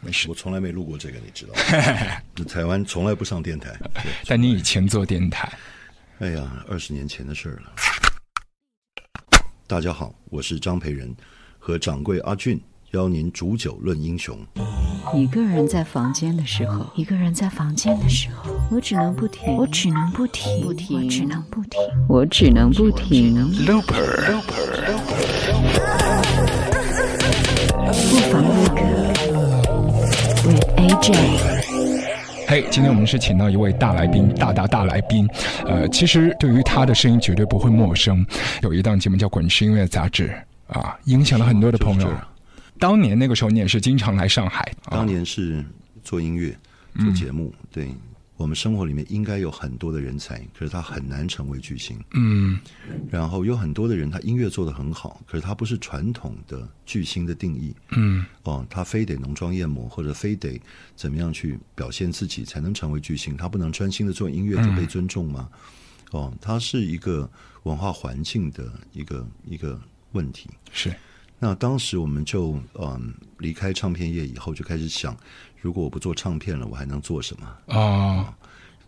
没事我。从来没录过这个，你知道吗？ 那台湾从来不上电台。对但你以前做电台，哎呀，二十年前的事儿了。大家好，我是张培仁，和掌柜阿俊邀您煮酒论英雄。一个人在房间的时候，一个人在房间的时候，我只能不停，我只能不停，不停，我只能不停，我只能不停。不妨录歌，with AJ。嘿，今天我们是请到一位大来宾，大大大来宾。呃，其实对于他的声音绝对不会陌生，有一档节目叫《滚石音乐杂志》啊，影响了很多的朋就友是这儿。当年那个时候，你也是经常来上海啊当，年是做音乐、嗯做节目，对我们生活里面应该有很多的人才，可是他很难成为巨星。嗯，然后有很多的人，他音乐做得很好，可是他不是传统的巨星的定义。嗯，哦，他非得浓妆艳抹，或者非得怎么样去表现自己才能成为巨星？他不能专心的做音乐就嗯被尊重吗？哦，它是一个文化环境的一个一个问题。是，那当时我们就嗯离开唱片业以后，就开始想，如果我不做唱片了，我还能做什么？哦，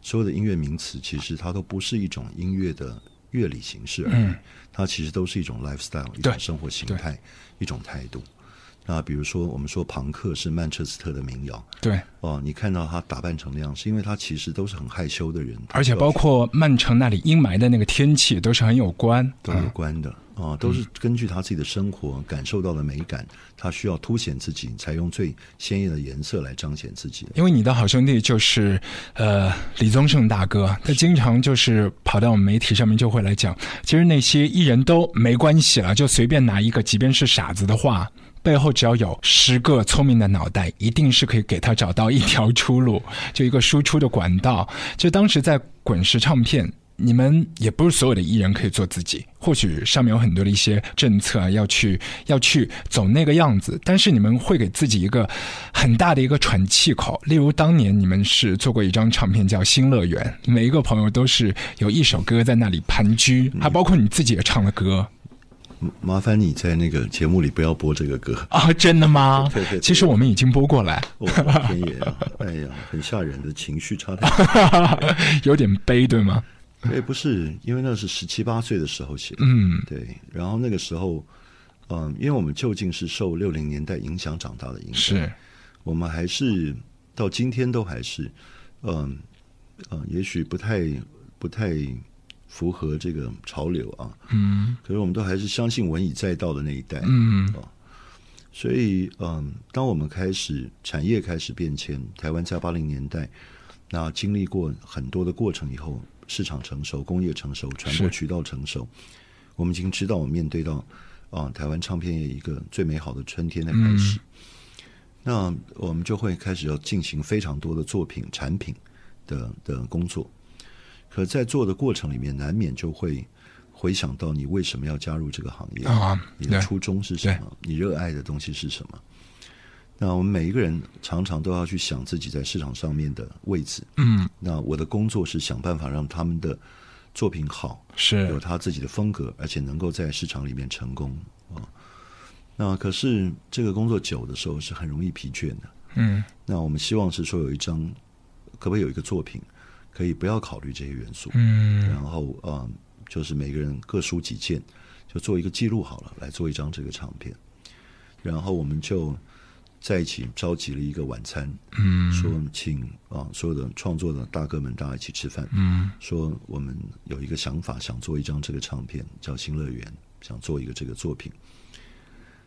所有的音乐名词其实它都不是一种音乐的乐理形式而已，嗯它其实都是一种 lifestyle，一种生活形态，一种态度。那比如说，我们说朋克是曼彻斯特的民谣对，哦，你看到他打扮成那样，是因为他其实都是很害羞的人，而且包括曼城那里阴霾的那个天气都是很有关。都有关的啊，都是根据他自己的生活感受到的美感，他需要凸显自己，才用最鲜艳的颜色来彰显自己。因为你的好兄弟就是呃李宗盛大哥，他经常就是跑到我们媒体上面就会来讲，其实那些艺人都没关系了，就随便拿一个，即便是傻子的话，背后只要有十个聪明的脑袋，一定是可以给他找到一条出路，就一个输出的管道。就当时在滚石唱片。你们也不是所有的艺人可以做自己，或许上面有很多的一些政策啊，要去要去走那个样子，但是你们会给自己一个很大的一个喘气口。例如当年你们是做过一张唱片叫《新乐园》，每一个朋友都是有一首歌在那里盘踞，还包括你自己也唱了歌嗯麻烦你在那个节目里不要播这个 歌。啊，真的吗？对对对其实我们已经播过来，哦，老天爷啊！哎呀，很吓人的情绪差 太多。 有点悲，对吗？哎，不是，因为那是十七八岁的时候写的。嗯，对，然后那个时候，嗯，因为我们究竟是受六零年代影响长大的音乐，是，我们还是到今天都还是，嗯嗯，也许不太不太符合这个潮流啊，嗯可是我们都还是相信文以载道的那一代。哦嗯所以，嗯，当我们开始产业开始变迁，台湾在八零年代，那经历过很多的过程以后，市场成熟、工业成熟、传播是渠道成熟，嗯我们已经知道我们面对到啊、台湾唱片业一个最美好的春天的嗯开始。那我们就会开始要进行非常多的作品、产品的的工作。可在做的过程里面，难免就会回想到你为什么要加入这个行业啊你的对初衷是什么？你热爱的东西是什么？那我们每一个人常常都要去想自己在市场上面的位置。嗯，那我的工作是想办法让他们的作品好，有是他自己的风格，而且能够在市场里面成功啊、那可是这个工作久的时候是很容易疲倦的。嗯那我们希望是说有一张，可不可以有一个作品，可以不要考虑这些元素，嗯然后呃，就是每个人各抒己见，就做一个记录好了，来做一张这个唱片。然后我们就在一起召集了一个晚餐，嗯说请啊、所有的创作的大哥们大家一起吃饭，嗯说我们有一个想法，想做一张这个唱片，叫《新乐园》，想做一个这个作品。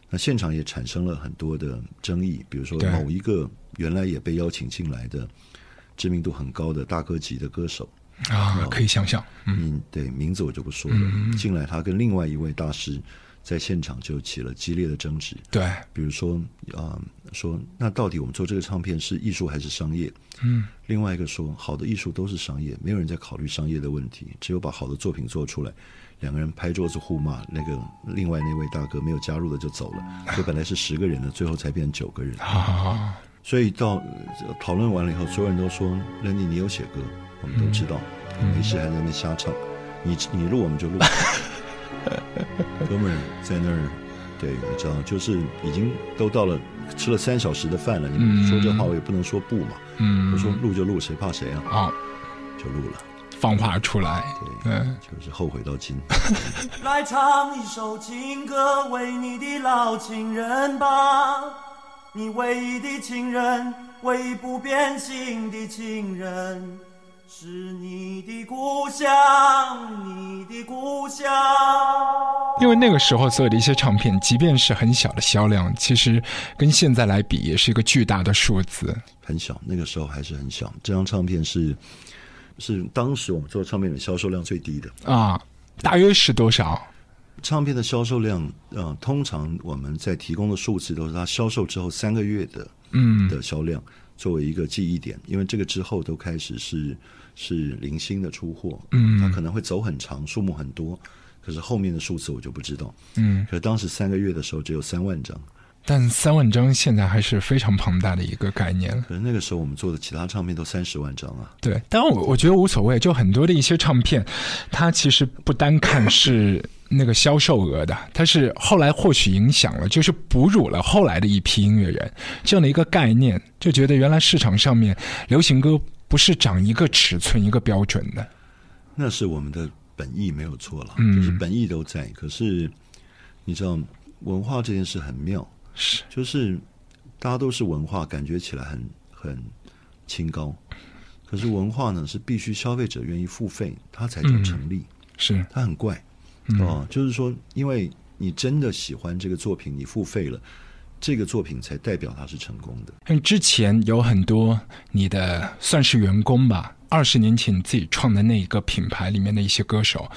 那现场也产生了很多的争议，比如说对某一个原来也被邀请进来的知名度很高的大哥级的歌手，啊，可以想象，嗯嗯，对，名字我就不说了。进来他跟另外一位大师在现场就起了激烈的争执，对，比如说啊、说那到底我们做这个唱片是艺术还是商业？嗯另外一个说，好的艺术都是商业，没有人在考虑商业的问题，只有把好的作品做出来。两个人拍桌子互骂，那个另外那位大哥没有加入的就走了，所以本来是十个人的，最后才变成九个人。啊，所以到呃讨论完了以后，所有人都说：“Lenny，你有写歌，我们都知道，你没事还在那边瞎唱，你你录我们就录。”哥们儿在那儿对，我知道，就是已经都到了吃了三小时的饭了，你说这话我也不能说不嘛。嗯，我说录就录，谁怕谁啊？好，就录了，放话出来，对嗯，就是后悔到今。来唱一首情歌，为你的老情人吧，你唯一的情人，唯一不变心的情人，是你的故乡，你的故乡。因为那个时候所有的一些唱片，即便是很小的销量，其实跟现在来比也是一个巨大的数字。很小，那个时候还是很小。这张唱片是是当时我们做唱片的销售量最低的。啊，大约是多少？唱片的销售量，呃，通常我们在提供的数字都是它销售之后三个月的，嗯，的销量作为一个记忆点，因为这个之后都开始是是零星的出货，嗯，它可能会走很长，数目很多，可是后面的数字我就不知道，嗯，可是当时三个月的时候只有三万张，但三万张现在还是非常庞大的一个概念了。可是那个时候我们做的其他唱片都三十万张啊，对，但我我觉得无所谓，就很多的一些唱片，它其实不单看是那个销售额的，它是后来或许影响了，就是哺乳了后来的一批音乐人这样的一个概念，就觉得原来市场上面流行歌不是长一个尺寸一个标准的。那是我们的本意没有错了，嗯就是本意都在。可是你知道，文化这件事很妙，是就是大家都是文化，感觉起来很很清高。可是文化呢，是必须消费者愿意付费，它才叫成立。是，它很怪哦、就是说，因为你真的喜欢这个作品，你付费了，这个作品才代表它是成功的。因为嗯之前有很多你的算是员工吧，二十年前你自己创的那一个品牌里面的一些歌手，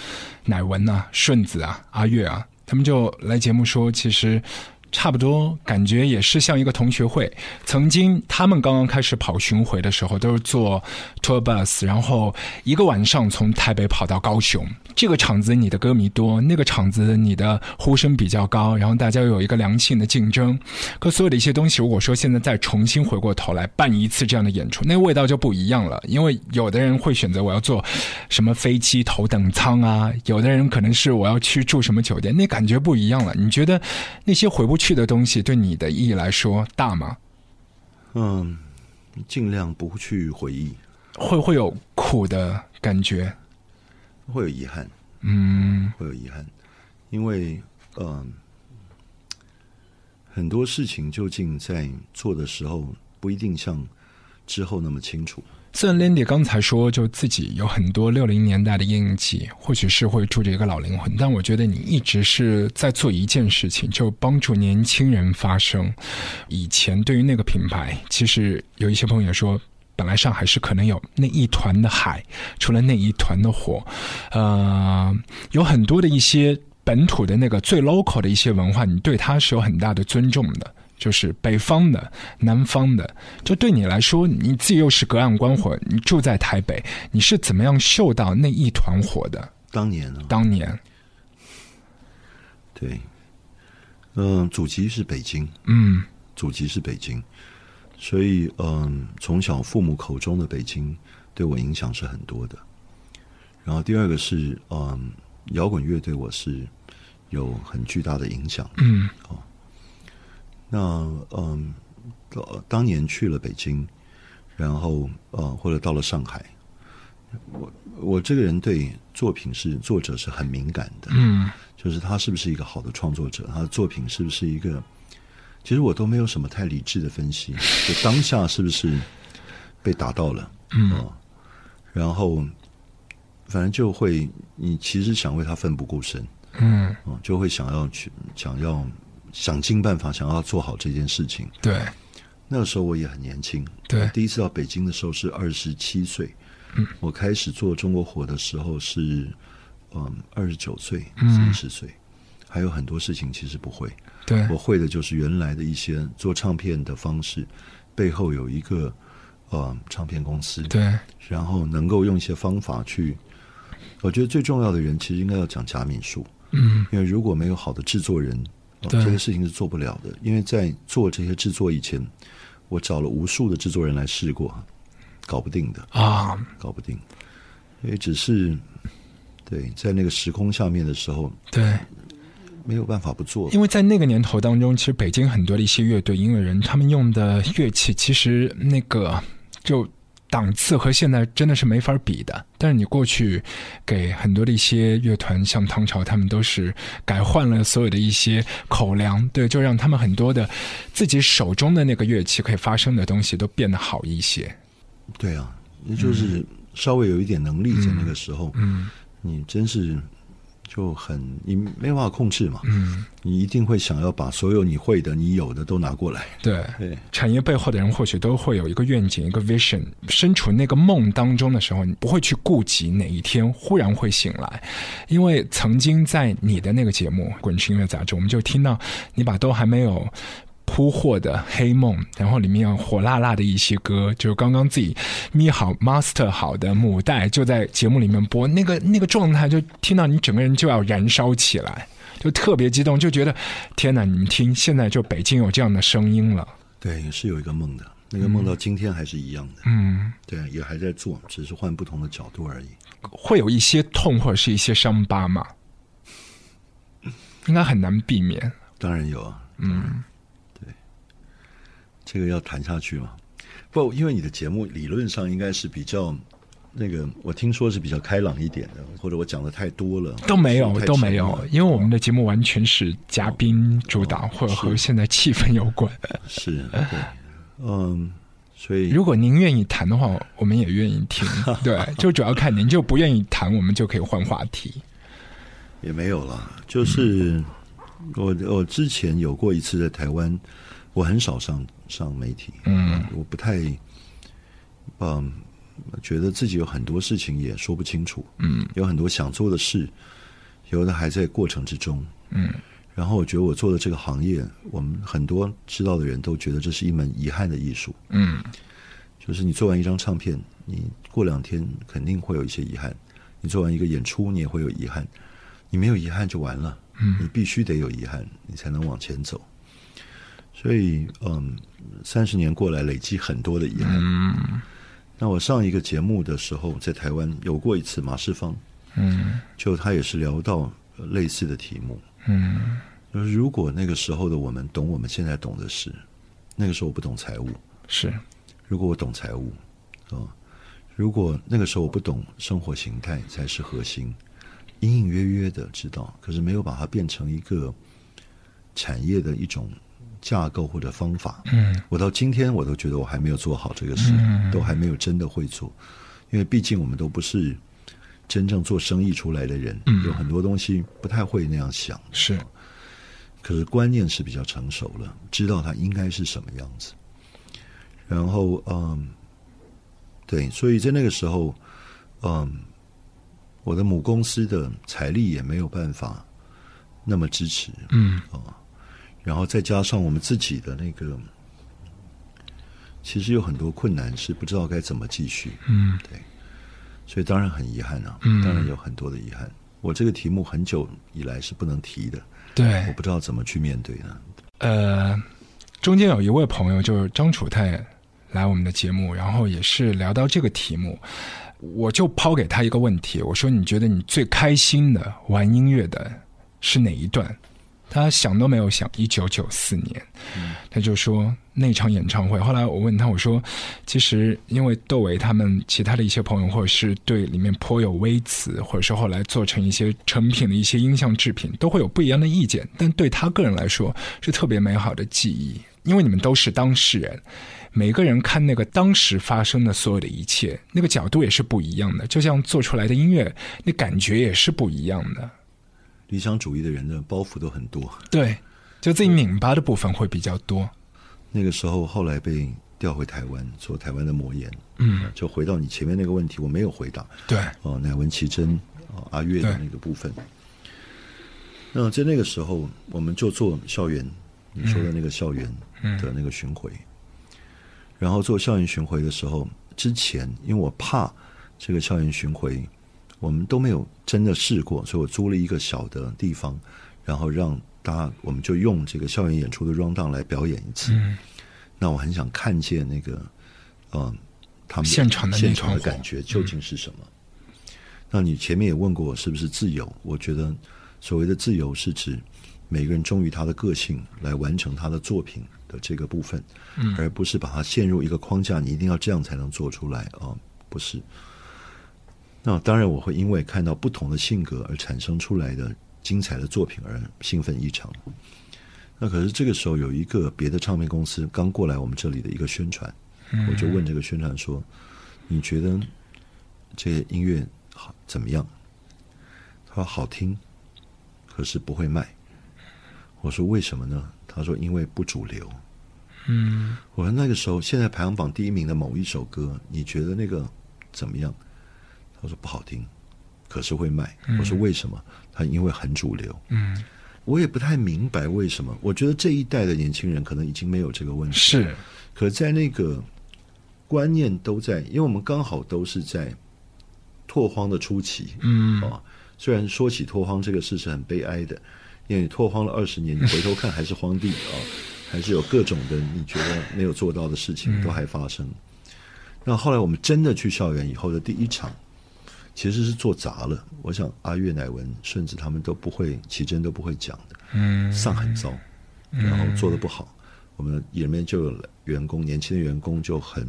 乃文啊、顺子啊、阿月啊，他们就来节目说，其实差不多感觉也是像一个同学会。曾经他们刚刚开始跑巡回的时候，都是坐 tour bus，然后一个晚上从台北跑到高雄。这个场子你的歌迷多，那个场子你的呼声比较高，然后大家有一个良性的竞争。可所有的一些东西，如果说现在再重新回过头来办一次这样的演出，那味道就不一样了。因为有的人会选择我要坐什么飞机头等舱啊，有的人可能是我要去住什么酒店，那感觉不一样了。你觉得那些回不去的东西对你的意义来说大吗？嗯，尽量不去回忆，会会有苦的感觉？会有遗憾。嗯会有遗憾，因为嗯、很多事情究竟在做的时候不一定像之后那么清楚。虽然 Lindy 刚才说，就自己有很多六零年代的印记，或许是会住着一个老灵魂，但我觉得你一直是在做一件事情，就帮助年轻人发声。以前对于那个品牌，其实有一些朋友也说，本来上海是可能有那一团的海，除了那一团的火，呃，有很多的一些本土的那个最 local 的一些文化，你对它是有很大的尊重的。就是北方的、南方的，就对你来说，你自己又是隔岸观火，你住在台北，你是怎么样嗅到那一团火的？当年啊呢、当年，对，嗯、祖籍是北京，嗯祖籍是北京，所以嗯、从小父母口中的北京对我影响是很多的。然后第二个是嗯、摇滚乐对我是有很巨大的影响。哦嗯那嗯，当当年去了北京，然后呃，或者到了上海，我我这个人对作品是作者是很敏感的，嗯就是他是不是一个好的创作者，他的作品是不是一个，其实我都没有什么太理智的分析，就当下是不是被打到了，嗯、然后反正就会你其实想为他奋不顾身，嗯，嗯，就会想要去想要想尽办法想要做好这件事情。对那个时候我也很年轻，对第一次到北京的时候是二十七岁，我开始做中国火的时候是嗯二十九岁、三十岁，还有很多事情其实不会，对我会的就是原来的一些做唱片的方式，背后有一个呃唱片公司，对，然后能够用一些方法去。我觉得最重要的人其实应该要讲贾敏树，嗯因为如果没有好的制作人，呃对这个事情是做不了的。因为在做这些制作以前，我找了无数的制作人来试过，搞不定的，啊，搞不定。因为只是对在那个时空下面的时候，对没有办法不做的。因为在那个年头当中，其实北京很多的一些乐队、音乐人，他们用的乐器其实那个就档次和现在真的是没法比的。但是你过去给很多的一些乐团，像唐朝，他们都是改换了所有的一些口粮，对，就让他们很多的自己手中的那个乐器可以发声的东西都变得好一些。对啊，也就是稍微有一点能力在那个时候，嗯你真是就很你没有办法控制嘛，嗯，你一定会想要把所有你会的、你有的都拿过来。对。对，产业背后的人或许都会有一个愿景，一个 vision。身处那个梦当中的时候，你不会去顾及哪一天忽然会醒来，因为曾经在你的那个节目《滚石音乐杂志》，我们就听到你把都还没有。铺货的黑梦，然后里面有火辣辣的一些歌，就是刚刚自己咪好 master 好的母带，就在节目里面播，那个那个状态，就听到你整个人就要燃烧起来，就特别激动，就觉得天哪！你们听，现在就北京有这样的声音了。对，也是有一个梦的，那个梦到今天还是一样的，嗯，对，也还在做，只是换不同的角度而已。会有一些痛或者是一些伤疤嘛，应该很难避免。当然有啊，嗯，对，这个要谈下去嘛。不，因为你的节目理论上应该是比较那个，我听说是比较开朗一点的，或者我讲的太多了，都没有是不，是太都没沉有默，了因为我们的节目完全是嘉宾主导，或者和现在气氛有关。是对，嗯，所以 如果您愿意谈的话，我们也愿意 听。对，就主要看您，就不愿意谈，我们就可以换话题。也没有了。嗯就是我我之前有过一次在台湾，我很少上上媒体，嗯，我不太，嗯，觉得自己有很多事情也说不清楚，嗯，有很多想做的事，有的还在过程之中，嗯。然后我觉得我做的这个行业，我们很多知道的人都觉得这是一门遗憾的艺术，嗯就是你做完一张唱片，你过两天肯定会有一些遗憾；你做完一个演出，你也会有遗憾。你没有遗憾就完了，嗯你必须得有遗憾，你才能往前走。所以，嗯，三十年过来，累积很多的遗憾。嗯那我上一个节目的时候，在台湾有过一次马世芳，嗯就他也是聊到呃类似的题目。嗯就是如果那个时候的我们懂我们现在懂的事，那个时候我不懂财务，是如果我懂财务，啊、如果那个时候我不懂生活形态才是核心，隐隐约约的知道，可是没有把它变成一个产业的一种架构或者方法。嗯我到今天我都觉得我还没有做好这个事，都还没有真的会做，因为毕竟我们都不是真正做生意出来的人，有很多东西不太会那样想。是可是观念是比较成熟了，知道它应该是什么样子。然后，嗯，对，所以在那个时候，嗯，我的母公司的财力也没有办法那么支持，啊嗯然后再加上我们自己的那个，其实有很多困难是不知道该怎么继续，嗯所以当然很遗憾啊，嗯当然有很多的遗憾。我这个题目很久以来是不能提的，对我。不知道怎么去面对啊的。呃，中间有一位朋友就是张楚泰来我们的节目，然后也是聊到这个题目，我就抛给他一个问题，我说你觉得你最开心的玩音乐的是哪一段？他想都没有想，一九九四年，他就说那场演唱会。后来我问他，我说其实因为窦唯他们其他的一些朋友，或者是对里面颇有微词，或者是后来做成一些成品的一些音像制品，都会有不一样的意见。但对他个人来说，是特别美好的记忆，因为你们都是当事人，每个人看那个当时发生的所有的一切，那个角度也是不一样的。就像做出来的音乐，那感觉也是不一样的。理想主义的人的包袱都很多。对，就自己拧巴的部分会比较多。那个时候，后来被调回台湾做台湾的魔岩，嗯，就回到你前面那个问题，我没有回答对，哦，乃文奇珍哦，阿月的对那个部分。那在那个时候，我们就做校园，你说的那个校园嗯的那个巡回，然后做校园巡回的时候，之前因为我怕这个校园巡回，我们都没有真的试过，所以我租了一个小的地方，然后让大家我们就用这个校园演出的 round down 来表演一次。嗯那我很想看见那个，嗯、他们现场嗯的那现场的团伙感觉究竟是什么？那你前面也问过我是不是自由？我觉得所谓的自由是指每个人忠于他的个性来完成他的作品的这个部分，而不是把它陷入一个框架，你一定要这样才能做出来啊，不是。那当然，我会因为看到不同的性格而产生出来的精彩的作品而兴奋异常。那可是这个时候有一个别的唱片公司刚过来我们这里的一个宣传，我就问这个宣传说：“你觉得这个音乐好怎么样？”他说：“好听，可是不会卖。”我说：“为什么呢？”他说：“因为不主流。”嗯，我说那个时候现在排行榜第一名的某一首歌，你觉得那个怎么样？他说不好听，可是会卖。我说为什么？他因为很主流。嗯，我也不太明白为什么。我觉得这一代的年轻人可能已经没有这个问题，是，可在那个观念都在，因为我们刚好都是在拓荒的初期。嗯啊，虽然说起拓荒这个事是很悲哀的，因为你拓荒了二十年，你回头看还是荒地啊，还是有各种的你觉得没有做到的事情都还发生。那后来我们真的去校园以后的第一场，其实是做砸了。我想阿月、乃文、顺子他们都不会，奇珍都不会讲的，嗯，上很糟，然后做的不好，我们里面就有员工，年轻的员工就很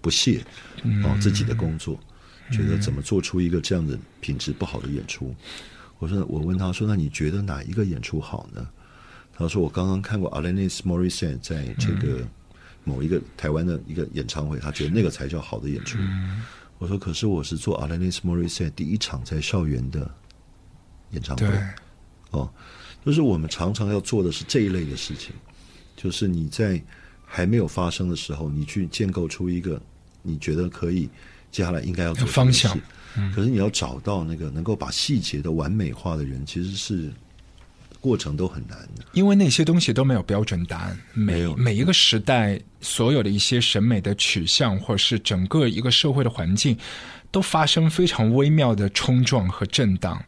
不屑哦自己的工作，觉得怎么做出一个这样的品质不好的演出？我说，我问他说，那你觉得哪一个演出好呢？他说：“我刚刚看过 Alanis Morissette 在这个某一个台湾的一个演唱会，他觉得那个才叫好的演出。我说：“可是我是做 Alanis Morissette 第一场在校园的演唱会对，哦，就是我们常常要做的是这一类的事情，就是你在还没有发生的时候，你去建构出一个你觉得可以接下来应该要做的方向嗯事可是你要找到那个能够把细节的完美化的人，其实是过程都很难的。因为那些东西都没有标准答案，没每有每一个时代所有的一些审美的取向，或者是整个一个社会的环境，都发生非常微妙的冲撞和震荡。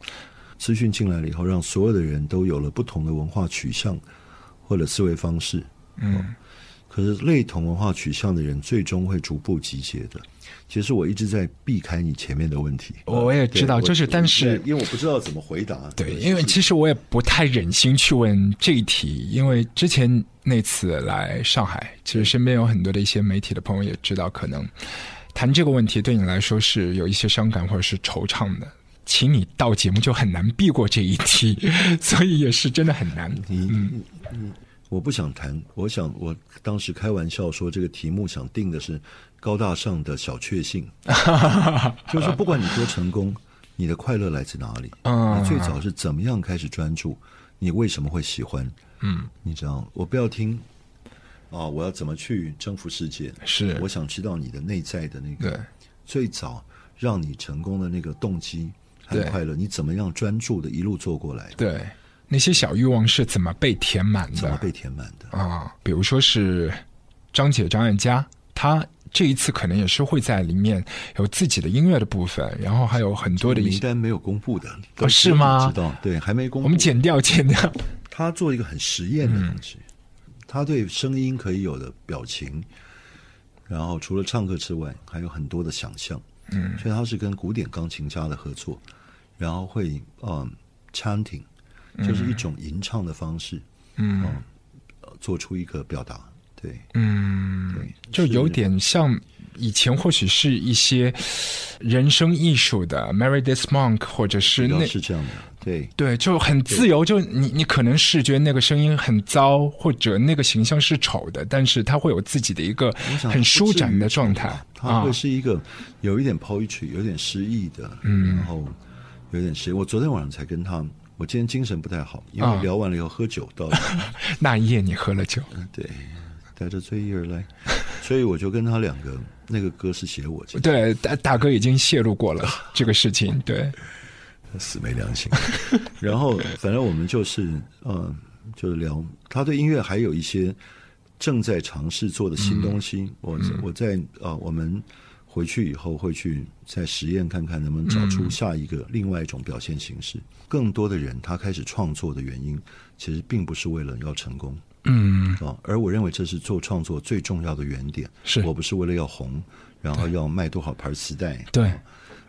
资讯进来了以后，让所有的人都有了不同的文化取向或者思维方式。嗯、可是类同文化取向的人最终会逐步集结的。其实我一直在避开你前面的问题，哦我也知道对就是我但是因为我不知道怎么回答。对，因为其实我也不太忍心去问这一题，因为之前那次来上海，其实身边有很多的一些媒体的朋友也知道，可能谈这个问题对你来说是有一些伤感或者是惆怅的。请你到节目就很难避过这一题， 所以也是真的很难。你你你，我不想谈。我想我当时开玩笑说，这个题目想定的是高大上的小确 幸，就是说不管你多成功，你的快乐来自哪里？嗯你最早是怎么样开始专注？你为什么会喜欢？嗯，你知道，我不要听啊，我要怎么去征服世界？是我想知道你的内在的那个对最早让你成功的那个动机和对快乐，你怎么样专注的一路做过来？对，那些小欲望是怎么被填满的？怎么被填满的？啊，比如说是张姐张艾嘉，她这一次可能也是会在里面有自己的音乐的部分，然后还有很多的一名些，单没有公布的，哦是吗知道，对，还没公布。我们嗯剪掉剪掉，他做一个很实验的东西，他对声音可以有的表情，然后除了唱歌之外，还有很多的想象。嗯，所以他是跟古典钢琴家的合作，然后会嗯 chanting，就是一嗯种吟唱的方式，嗯、呃做出一个表达。对，嗯，对，就是有点像以前或许是一些人生艺术的 Mary d i s Monk，或者是比较那是这样的，对。对，就很自由。就你，你可能是觉得那个声音很糟，或者那个形象是丑的，但是它会有自己的一个我想很舒展的状态它啊会。是一个有一点 poetry，有点诗意的，嗯，然后有点诗意。我昨天晚上才跟他，我今天精神不太好，因啊为聊完了以后喝酒 到了，那一夜你喝了酒，对，带着醉意而来，所以我就跟他两个，那个歌是写我，今天对，大大哥已经泄露过 了这个事情。对，死没良心。 然后反正我们就是，嗯、就是聊他对音乐还有一些正在尝试做的新东西。嗯我我在啊、我们回去以后会去再实验看看能不能找嗯出下一个、另外一种表现形式。更多的人他开始创作的原因，其实并不是为了要成功。嗯，啊，而我认为这是做创作最重要的原点。是我不是为了要红，然后要卖多少盘磁带，对，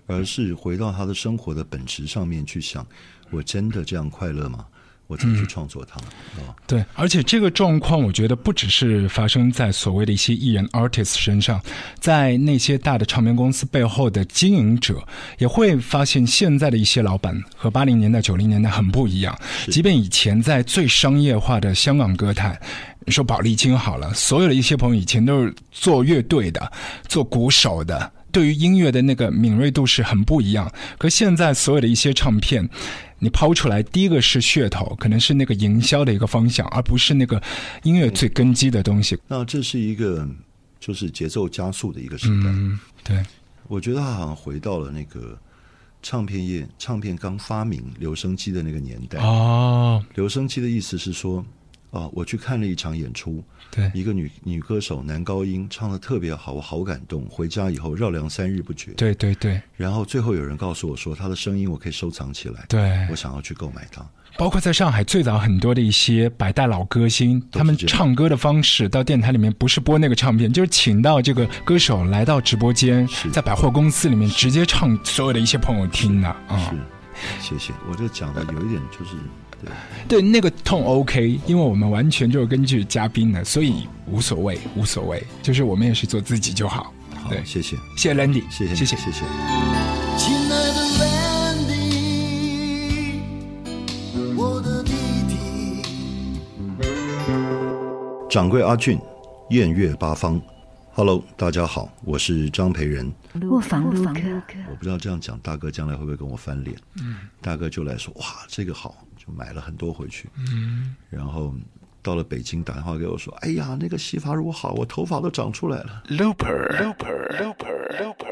而是回到他的生活的本质上面去想：我真的这样快乐吗？我才去创作它啊、对，而且这个状况，我觉得不只是发生在所谓的一些艺人 artist 身上，在那些大的唱片公司背后的经营者，也会发现现在的一些老板和八零年代、九零年代很不一样。即便以前在最商业化的香港歌坛，你说宝丽金好了，所有的一些朋友以前都是做乐队的、做鼓手的，对于音乐的那个敏锐度是很不一样。可现在所有的一些唱片，你抛出来，第一个是噱头，可能是那个营销的一个方向，而不是那个音乐最根基的东西。那这是一个就是节奏加速的一个时代。嗯，对，我觉得他好像回到了那个唱片业，唱片刚发明留声机的那个年代。哦，留声机的意思是说，啊，我去看了一场演出，对，一个女女歌手男高音唱的特别好，我好感动，回家以后绕梁三日不绝。对对对然后最后有人告诉我说，她的声音我可以收藏起来，对我，想要去购买它。包括在上海最早很多的一些百代老歌星，这他样们唱歌的方式到电台里面不是播那个唱片，就是请到这个歌手来到直播间，是在百货公司里面直接唱，所有的一些朋友听的啊。是，谢谢。我这讲的有一点就是，对，对，那个痛 OK，因为我们完全就是根据嘉宾的，所以无所谓，无所谓，就是我们也是做自己就好。好对，，谢谢，谢谢 Landy，谢谢你，谢谢谢谢。亲爱的 Landy，我的弟弟，掌柜阿俊，艳月八方。Hello，大家好，我是张培仁。卧房撸歌，我不知道这样讲，大哥将来会不会跟我翻脸？大哥就来说，哇，这个好，就买了很多回去。然后到了北京，打电话给我说，哎呀，那个洗发乳好，我头发都长出来了。 Looper，Looper，Looper，Looper。